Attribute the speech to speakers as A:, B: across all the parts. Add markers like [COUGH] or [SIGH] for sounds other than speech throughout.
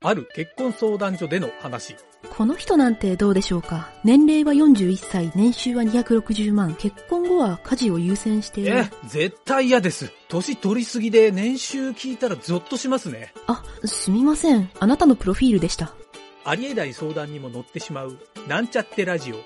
A: ある結婚相談所での話。
B: この人なんてどうでしょうか年齢は41歳、年収は260万、結婚後は家事を優先している
A: え。、絶対嫌です。年取りすぎで年収聞いたらゾッとしますね。
B: あ、すみません。あなたのプロフィールでした。
A: ありえない相談にも乗ってしまう、なんちゃってラジオ。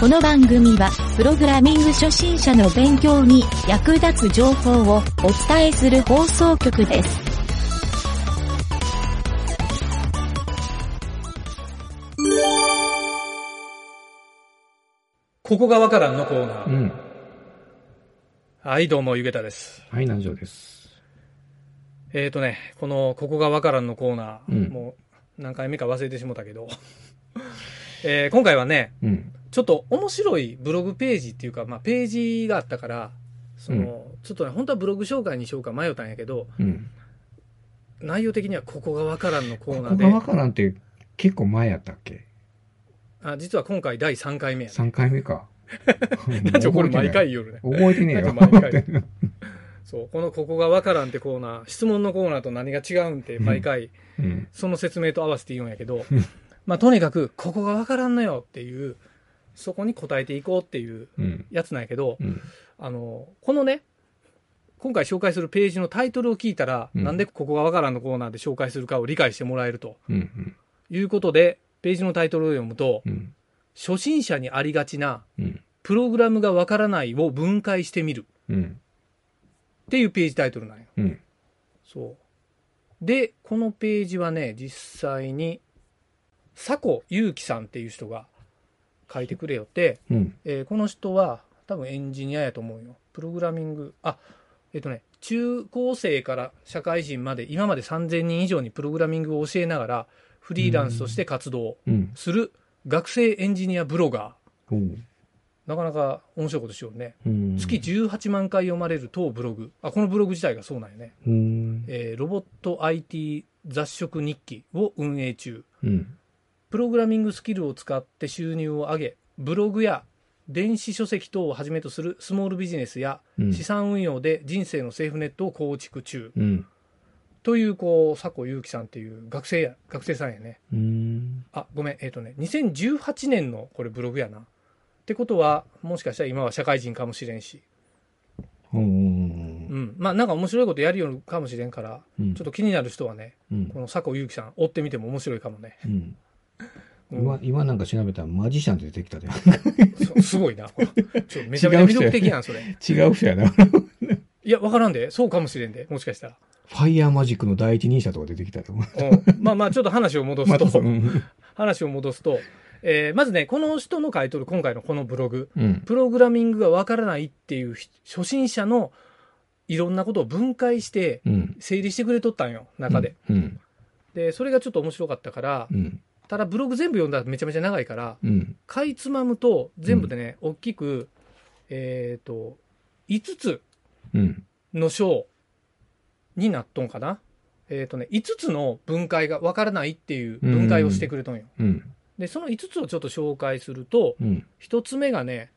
C: この番組は、プログラミング初心者の勉強に役立つ情報をお伝えする放送局です。
A: ここがわからんのコーナ
D: う
A: ー。
D: ん。
A: はい、どうも、ゆげたです。
D: はい、南條です。
A: えーとね、この、ここがわからんのコーナー、
D: うん
A: もう、何回目か忘れてしもたけど。 [LAUGHS] えー今回はね、
D: うん。
A: ちょっと面白いブログページっていうか、まあ、ページがあったから、その、ちょっとね、本当はブログ紹介にしようか迷ったんやけど、
D: うん。
A: 内容的にはここがわからんのコー
D: こ
A: ナ
D: こ
A: ーで
D: が、わからんって結構前やったっけ
A: あ実は今回第3回目や、ね。
D: ?3 回目か。
A: [LAUGHS] なんちょ、これ毎
D: 覚え
A: 回言うよね。
D: てねえ
A: な
D: よ。
A: んか毎
D: 覚
A: 回
D: えてねえよ。
A: そう、このここがわからんってコーナー、質問のコーナーと何が違うんって毎回、
D: [LAUGHS] うん。
A: その説明と合わせて言うんやけ
D: [LAUGHS]
A: ど
D: うん、
A: まあとにかく、ここがわからんのよっていう、そこに答えていこうっていう
D: うん。
A: やつなんやけど、
D: うん。
A: あの、このね、今回紹介するページのタイトルを聞いたら、
D: うん
A: なんでここがわからんのコーナーで紹介するかを理解してもらえると
D: うん。
A: いうことで、ページのタイトルを読むと、
D: うん。
A: 初心者にありがちな
D: うん。
A: プログラムがわからないを分解してみる
D: うん。
A: っていうページタイトルなんよ。
D: うん。
A: そう。で、このページはね、実際に、佐古祐樹さんっていう人が書いてくれよって、
D: うん。
A: えーこの人は多分エンジニアやと思うよ。プログラミング、あ、えっ、とね、中高生から社会人まで今まで3000人以上にプログラミングを教えながらフリーランスとして活動
D: うん。
A: する学生エンジニアブロガー。
D: うん。
A: なかなか面白いことしようね。
D: うん。
A: 月18万回読まれる当ブログ。あ、このブログ自体がそうなんよね。
D: うん。
A: えーロボット IT 雑食日記を運営中
D: うん。
A: プログラミングスキルを使って収入を上げブログや電子書籍等をはじめとするスモールビジネスや
D: うん。
A: 資産運用で人生のセーフネットを構築中
D: うん。
A: というこう佐古祐樹さんっていう学生や学生さんやね
D: うん。
A: あごめんえっ、とね2018年のこれブログやなってことはもしかしたら今は社会人かもしれんし
D: うん。
A: うんまあなんか面白いことやるようかもしれんから
D: うん。
A: ちょっと気になる人はね
D: うん
A: こ。の佐古祐樹さん追ってみても面白いかもね
D: [LAUGHS] うん。
A: うん
D: 今、今なんか調べたらマジシャンって出てきたで。
A: そすごいな。これちょめちゃめちゃ魅力的やん、そ
D: [LAUGHS]
A: れ。
D: [LAUGHS] 違う人やな。フ
A: いや、わからんで。そうかもしれんで。もしかしたら。
D: ァイヤーマジックの第一人者とか出てきたで。
A: うん、まあ
D: [LAUGHS]
A: まあ、ちょっと話を戻す
D: またそ
A: と、
D: の
A: 話を戻すと、えーまずね、この人の書いとる、今回のこのブログ、
D: うん。
A: プログラミングがわからないっていうひ初心者のいろんなことを分解して、
D: うん。
A: 整理してくれとったんよ、中で。
D: うん。
A: で、それがちょっと面白かったから
D: う、ん。
A: ただブログ全部読んだらめちゃめちゃ長いから、
D: うん。
A: かいつまむと、全部でね、大きく、えっ、と、5つ
D: うん。
A: の章になっとんかな。えっ、とね、5つの分解がわからないっていう分解をしてくれとんよ。
D: うん。
A: で、その5つをちょっと紹介すると、
D: うん。
A: 1つ目がね、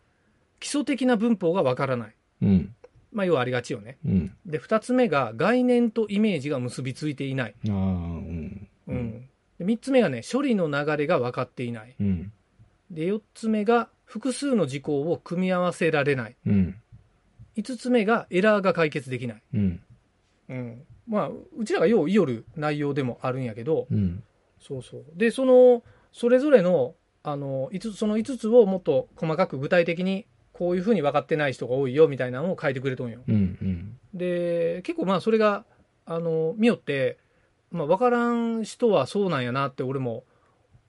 A: 基礎的な文法がわからない。
D: うん。
A: まあ、要はありがちよね。
D: うん。
A: で、2つ目が概念とイメージが結びついていない。
D: ああ、うん。
A: う
D: うん
A: ん。で3つ目がね、処理の流れが分かっていない。
D: うん。
A: で、4つ目が複数の事項を組み合わせられない。
D: うん。
A: 5つ目がエラーが解決できない。
D: うん。
A: うん。まあ、うちらがよう言いよる内容でもあるんやけど、
D: うん。
A: そうそう。で、その、それぞれの、あの、5つ、その5つをもっと細かく具体的に、こういうふうに分かってない人が多いよ、みたいなのを書いてくれとんよ。
D: うん。
A: で、結構まあ、それが、あの、見よって、まあ、分からん人はそうなんやなって、俺も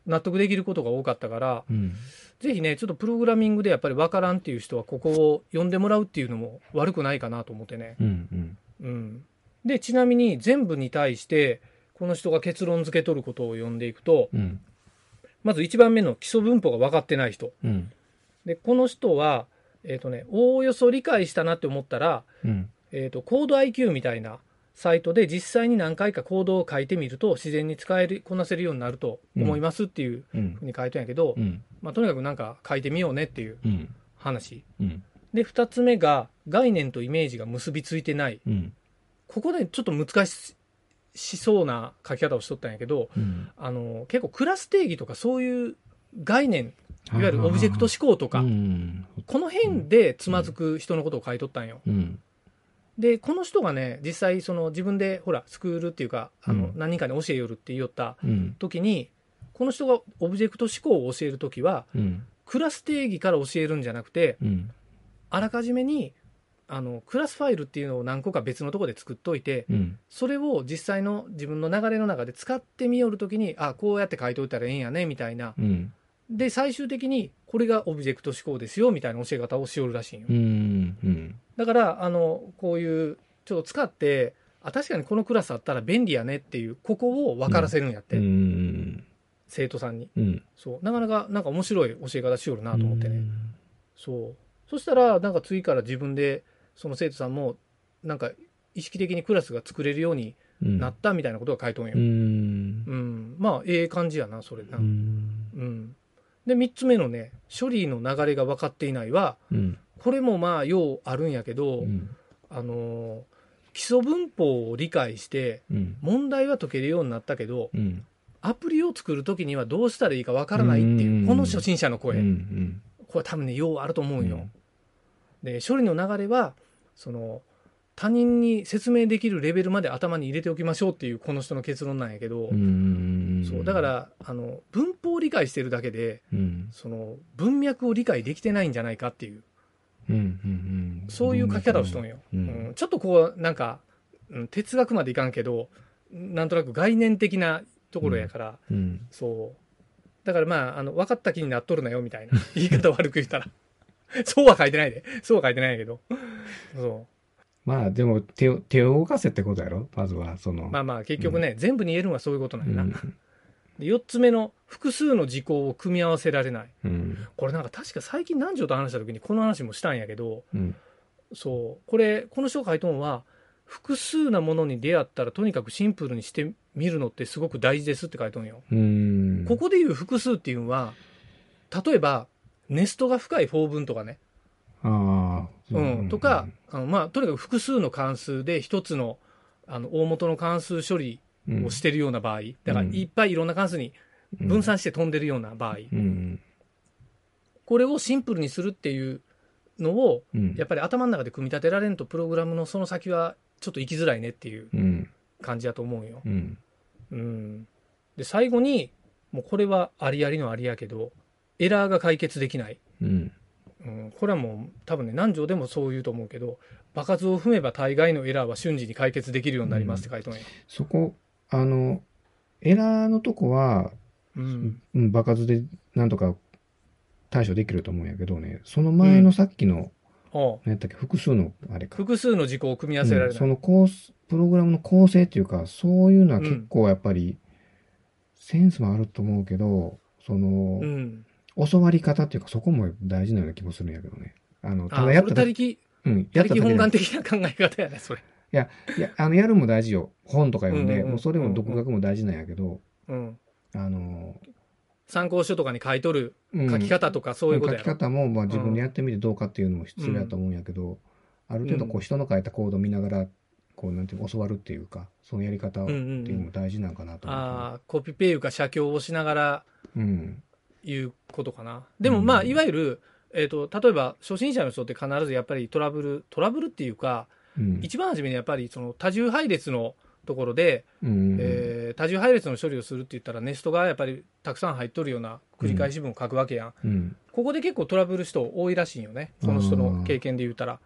A: 納得できることが多かったから、
D: うん。
A: ぜひね、ちょっとプログラミングでやっぱり分からんっていう人は、ここを読んでもらうっていうのも悪くないかなと思ってね。
D: うん。
A: うん。で、ちなみに全部に対して、この人が結論付け取ることを読んでいくと、
D: うん。
A: まず1番目の基礎文法が分かってない人。
D: うん。
A: で、この人は、えっ、とね、おおよそ理解したなって思ったら、
D: うん。
A: えっ、と、コード IQ みたいな、サイトで実際に何回かコードを書いてみると自然に使えるこなせるようになると思いますっていう
D: うん
A: ふうに書いてんやけど、
D: うん
A: まあ、とにかくなんか書いてみようねっていう
D: うん
A: 話
D: うん
A: で2つ目が概念とイメージが結びついてない
D: うん
A: ここでちょっと難ししそうな書き方をしとったんやけど
D: うん
A: あの結構クラス定義とかそういう概念いわゆるオブジェクト思考とか、
D: うん
A: この辺でつまずく人のことを書いとったんよ。
D: うん
A: でこの人がね実際その自分でほらスクールっていうかあの、
D: うん
A: 何人かに教えよるって言いよった
D: うん
A: 時にこの人がオブジェクト思考を教える時は
D: うん
A: クラス定義から教えるんじゃなくて
D: うん
A: あらかじめにあのクラスファイルっていうのを何個か別のとこで作っといて
D: うん
A: それを実際の自分の流れの中で使ってみよる時にあこうやって書いといたらええんやねみたいな
D: うん
A: で最終的にこれがオブジェクト思考ですよみたいな教え方をしよるらしいんよ。
D: うんうん
A: だからあのこういうちょっと使ってあ確かにこのクラスあったら便利やねっていうここを分からせるんやって、
D: うん
A: 生徒さんに
D: うん
A: そうなかなかなんか面白い教え方しよるなと思ってね、そうそしたらなんか次から自分でその生徒さんもなんか意識的にクラスが作れるように
D: うん
A: なったみたいなことが書いとんよ、
D: う
A: うん
D: ん
A: まあええ感じやなそれな
D: う
A: うん、
D: ん
A: で3つ目のね処理の流れが分かっていないは
D: うん
A: これもまあようあるんやけど、
D: うん
A: あのー基礎文法を理解して
D: うん
A: 問題は解けるようになったけど
D: うん
A: アプリを作る時にはどうしたらいいかわからないっていううんこの初心者の声、
D: うん
A: これ多分ねようあると思
D: う
A: うんよ、で処理の流れはその他人に説明できるレベルまで頭に入れておきましょうっていうこの人の結論なんやけど、
D: うん
A: そうだからあの文法を理解してるだけで
D: うん
A: その文脈を理解できてないんじゃないかっていう
D: うんうんうん
A: そういう書き方をしとんよ。
D: う
A: うんんちょっとこうなんか、うん哲学までいかんけどなんとなく概念的なところやから、
D: うん
A: そうだからまああの分かった気になっとるなよみ
D: [LAUGHS]
A: たいな言い方悪く言ったらそうは書いてないでそうは書いてないけどそ
D: まあでも手を手を動かせってことやろまずはその
A: うまあまあ結局ね、全部に言えるのはそういうことなんやな、
D: うん
A: で4つ目の複数の事項を組み合わせられない
D: うん
A: これなんか確か最近南條と話した時にこの話もしたんやけど
D: うん
A: そうこれこの人が書いとんは複数なものに出会ったらとにかくシンプルにしてみるのってすごく大事ですって書いとんよ
D: うん
A: ここでいう複数っていうのは例えばネストが深い法文とかね、
D: ああ
A: うんとかあの、まあ、とにかく複数の関数で一つのあの大元の関数処理をしてるような場合、だから
D: うん
A: いっぱいいろんな関数に分散して飛んでるような場合、
D: うん
A: これをシンプルにするっていうのを
D: うん
A: やっぱり頭の中で組み立てられんとプログラムのその先はちょっと行きづらいねっていう
D: うん
A: 感じだと思うよ。
D: うん
A: うん、で最後にもうこれはありありのありやけどエラーが解決できない。
D: うん
A: うん、これはもう多分ね南條でもそう言うと思うけど場数を踏めば大概のエラーは瞬時に解決できるようになりますって書いてもんや、
D: そこあのエラーのとこは
A: うん
D: うん、場数でなんとか対処できると思うんやけどね、その前のさっきの、
A: おう
D: 何やったっけ、複数のあれか。
A: 複数の事項を組み合わせられ
D: うん
A: ない、
D: その構成プログラムの構成っていうか、そういうのは結構やっぱり、センスもあると思うけど、その、
A: うん
D: 教わり方っていうか、そこも大事なような気もするんやけどね。あの、
A: あ
D: ただやっ
A: それ
D: た
A: 他
D: だ、
A: 力
D: うん、
A: 他
D: やっ
A: 力
D: ただけ
A: 本
D: で
A: 願的な考え方やねそれ、
D: いや、あの、やるも大事よ。本とか読んで、
A: うんうんうん
D: もうそれも独学も大事なんやけど、
A: うん、
D: あの、
A: 参考書とかに書いとる
D: うん
A: 書き方とかそういうことや
D: 書き
A: ろ、
D: 方もまあ自分でやってみてどうかっていうのも必要だと思うんやけど、ある程度こう人の書いたコードを見ながらこうなんていうの教わるっていうかそのやり方をっ
A: うん
D: て
A: うんう
D: いうの
A: ん
D: も大事なんかなと思
A: ああコピペいうか写経をしながら
D: ううん
A: いうことかなでもまあ
D: うん
A: いわゆる、えー、と例えば初心者の人って必ずやっぱりトラブルトラブルっていうか
D: うん
A: 一番初めにやっぱりその多重配列のところで、
D: うん
A: えー多重配列の処理をするって言ったらネストがやっぱりたくさん入っとるような繰り返し文を書くわけやん、
D: うん
A: ここで結構トラブル人多いらしいんよねこの人の経験で言ったら
D: うん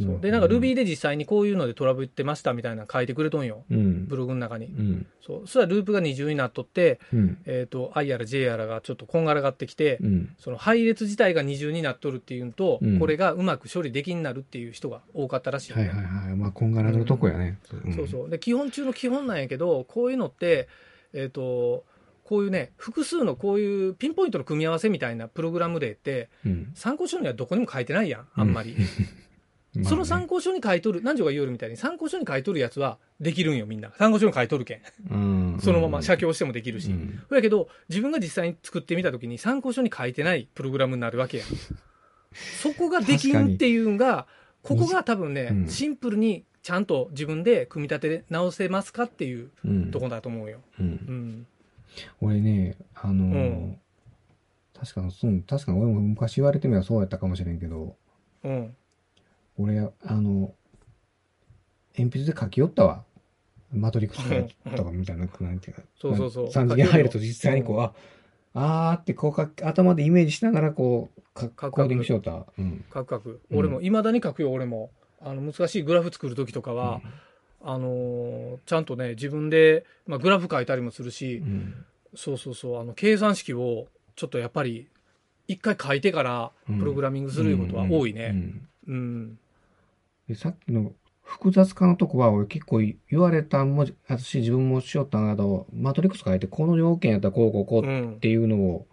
A: そうでなんか Ruby で実際にこういうのでトラブってましたみたいなの書いてくれとんよ
D: うん
A: ブログの中に
D: うん
A: そうそしたらループが二重になっとって、
D: うん
A: えー、と I やら J やらがちょっとこんがらがってきて、
D: うん
A: その配列自体が二重になっとるっていうのと、
D: うん
A: これがうまく処理できになるっていう人が多かったらしいよ
D: はい
A: ね、
D: はいはいまあこんがらがるとこやね
A: そう
D: う
A: そうで基本中の基本なんやけどこういうのって、えー、とこういうね複数のこういうピンポイントの組み合わせみたいなプログラム例って
D: んうん
A: 参考書にはどこにも書いてないやんあんまり、
D: [LAUGHS] まあ
A: その参
D: ね
A: 考書に書いとる、南條が言うるみたいに、参考書に書いとるやつはできるんよ、みんな。参考書に書いとるけん。
D: うん
A: そのまま写経してもできるし。
D: うん
A: だけど、自分が実際に作ってみたときに、参考書に書いてないプログラムになるわ
D: [LAUGHS]
A: けやん。そこができんっていうのが、こ
D: 確かに
A: こが多分ね、
D: うん
A: シンプルにちゃんと自分で組み立て直せますかっていう
D: うん
A: とこだと思うよ。
D: うん
A: うん。
D: 俺ね、あのー
A: うん
D: 確かに、そう確かに俺も昔言われてみればそうやったかもしれんけど、
A: うん。
D: 俺、あの、鉛筆で書き寄ったわ。マトリックスとかとかみたいな、なんていうか。
A: そうそうそう
D: まあ三次元入ると実際にこう、
A: うん
D: あ、あーってこうか、頭でイメージしながらこう、か
A: か
D: コーディングしよった。うん。
A: 書く書く。
D: うん
A: 俺も、いまだに書くよ、俺も。あの、難しいグラフ作るときとかは、あのーちゃんとね、自分で、まあ、グラフ書いたりもするし、
D: うん。
A: そうそうそう、あの、計算式を、ちょっとやっぱり、一回書いてから、
D: うん
A: プログラミングするいうことは多いね。
D: うんうん
A: うん。
D: でさっきの複雑化のとこは、俺結構言われたもんじ、私自分もしよったんだけど、マトリックス書いて、この条件やったらこうこうこ
A: う
D: うっ
A: ん
D: っ。ていうのを、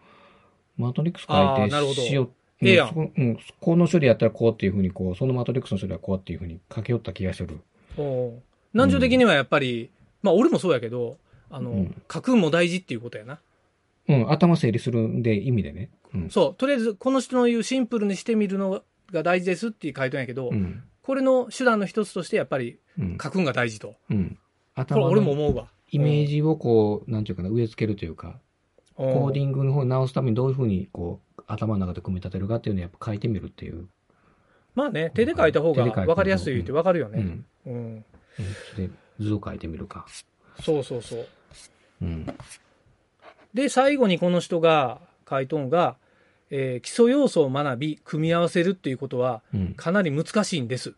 D: マトリックス
A: あ
D: 書
A: ー
D: い
A: なるほど
D: てしよう。
A: ええやん
D: そこうん、この処理やったらこうっていうふうに、こう、そのマトリックスの処理はこうっていうふうに書き寄った気がする。
A: おう難所的にはやっぱり、まあ、俺もそうやけど、あの、
D: うん
A: 書くんも大事っていうことやな。
D: うん、頭整理するんで意味でね。うん。
A: そう、とりあえず、この人の言うシンプルにしてみるのが大事ですって書いてんやけど、
D: うん。
A: これの手段の一つとして、やっぱり、
D: うん。
A: 書くんが大事と。
D: うん。
A: これ
D: 頭
A: 俺も
D: の
A: 思うわ。
D: イメージをこう、なんていうかな、植え付けるというか、
A: うん、
D: コーデ
A: ング
D: ィングの方に直すためにどういうふうに、こう、頭の中で組み立てるかっていうのをやっぱ書いてみるっていう。
A: まあね、手で書いた方が
D: 手で書いた方が
A: 分かりやすいって分かるよ
D: う
A: ね。
D: ん。
A: うん。
D: うんで、図を書いてみるか。
A: そうそうそう。
D: うん。
A: で、最後にこの人が書いとんが、えー基礎要素を学び、組み合わせるっていうことは、
D: うん。
A: かなり難しいんです。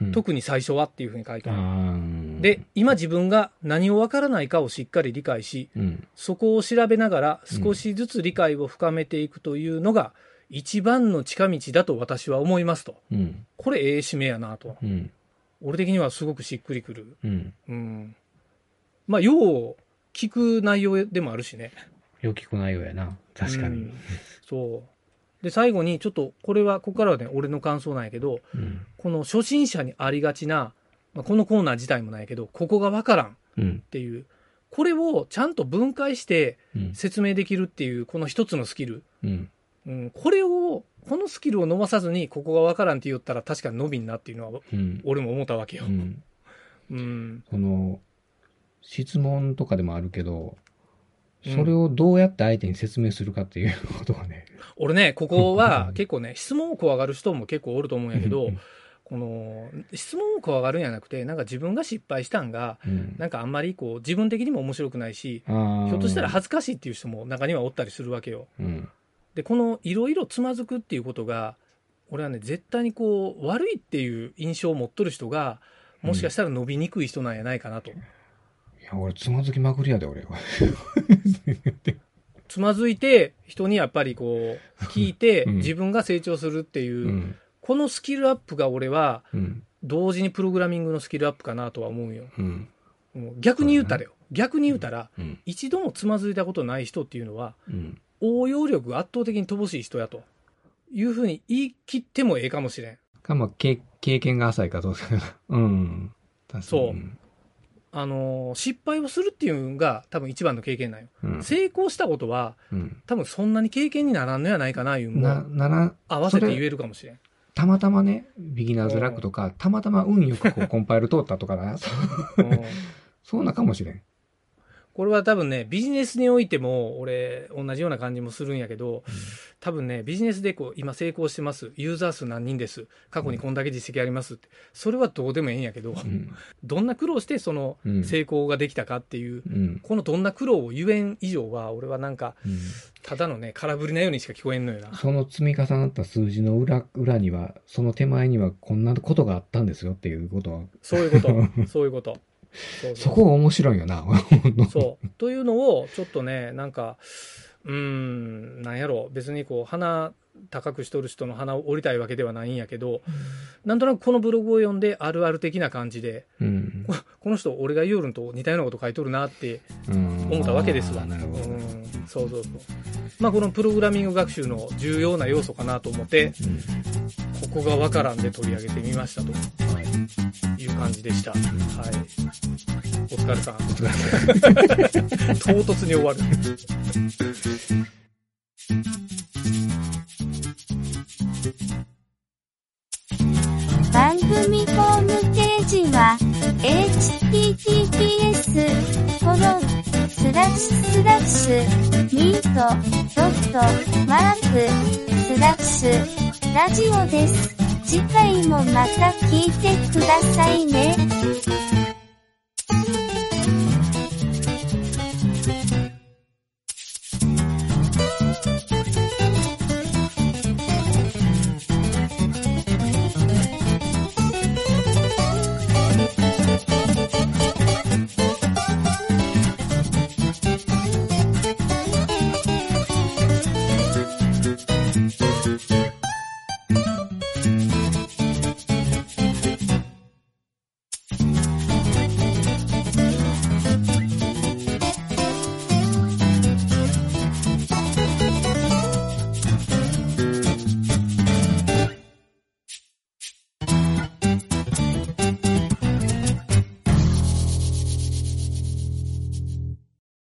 D: うん
A: 特に最初はっていうふうに書いて
D: あ
A: ある。
D: ー
A: で、、今自分が何をわからないかをしっかり理解し、
D: うん。
A: そこを調べながら少しずつ理解を深めていくというのが、一番の近道だと私は思いますと。
D: うん。
A: これ、ええ締めやなと。
D: うん。
A: 俺的にはすごくしっくりくる。
D: うん。
A: うん。まあ、よう聞く内容でもあるしね。
D: よく聞く内容やな。確か
A: う
D: に
A: ん。そう。で、最後に、ちょっと、これは、ここからはね、俺の感想なんやけど、
D: うん。
A: この初心者にありがちな、まあ、このコーナー自体もなんやけど、ここがわからんっ
D: うん。
A: ていう、これをちゃんと分解して
D: うん。
A: 説明できるっていう、この一つのスキル。
D: うん。
A: うん、これを、このスキルを伸ばさずに、ここがわからんって言ったら、確かに伸びんなっていうのは、
D: うん。
A: 俺も思ったわけ
D: う
A: よ。
D: ん。
A: うん。
D: その、質問とかでもあるけど、
A: うん
D: それをどうやって相手に説明するかっていうことはね。
A: 俺ね、ここは結構ね、質問を怖がる人も結構おると思うんやけど、この、質問を怖がるんじゃなくて、なんか自分が失敗したんが、
D: うん、
A: なんかあんまりこう自分的にも面白くないし、
D: あー
A: ひょっとしたら、恥ずかしいっていう人も中にはおったりするわけよ。
D: うん。
A: で、このいろいろつまずくっていうことが、俺はね、絶対にこう、悪いっていう印象を持っとる人が、もしかしたら伸びにくい人なんやないかなと。
D: いや、俺、つまずきまくりやで、俺は。
A: つまずいて、人にやっぱりこう、聞いて、
D: うん
A: 自分が成長するっていうう、
D: ん。
A: このスキルアップが俺は、
D: うん。
A: 同時にプログラミングのスキルアップかなとは思うよ。
D: うん。
A: もう逆に言ったらよ。逆に言ったら、
D: うん。
A: 一度もつまずいたことない人っていうのは、
D: うん。
A: 応用力が圧倒的に乏しい人やというふうに言い切ってもええかもしれん。
D: か、まあ、経経験が浅いかどうか。うん。確かに
A: そうあのー失敗をするっていうのが多分一番の経験なんよ。
D: うん。
A: 成功したことは
D: うん。
A: 多分そんなに経験にならんのやないかないうの
D: な、
A: も
D: なら、
A: 合わせて言えるかもしれん。
D: たまたまね、ビギナーズラックとか、たまたま運よくこう、コンパイル通ったとかな、そ
A: う
D: う
A: ん
D: そうなかもしれん。
A: これは多分ね、ビジネスにおいても、俺、同じような感じもするんやけど、多分ね、ビジネスでこう、今成功してます。ユーザー数何人です。過去にこんだけ実績ありますって。それはどうでもええんやけど、
D: うん。
A: どんな苦労してその
D: うん
A: 成功ができたかっていう
D: うん。
A: このどんな苦労を言えん以上は、俺はなんか、
D: うん
A: ただのね、空振りなようにしか聞こえんのよな。
D: その積み重なった数字の裏裏には、その手前にはこんなことがあったんですよっていうことは、
A: そういう
D: [LAUGHS]
A: こと。そういうこと。そう
D: そ
A: そう
D: こが面白いよな。
A: そうというのを、ちょっとね、なんか、うーん、なんやろ、別にこう、鼻高くしとる人の鼻を折りたいわけではないんやけど、なんとなくこのブログを読んで、あるある的な感じで、
D: うん。
A: この人、俺が言うるんと似たようなこと書いとるなって
D: 思
A: [LAUGHS] 思ったわけですわ。
D: なるほど。
A: う
D: うん
A: ん、そうそうそう。まあ、このプログラミング学習の重要な要素かなと思って、こここがわからんで取り上げてみましたという感じでした。はい。お疲れさん。唐突に終わる。
E: 番組ホームページは、https, コロン、スラッシュスラッシュ、ミート、ドット、マーク、スラッシュ、ラジオです。次回もまた聞いてくださいね。